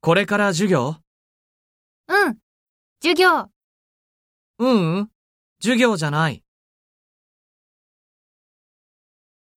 これから授業うん。授業。ううん。授業じゃない。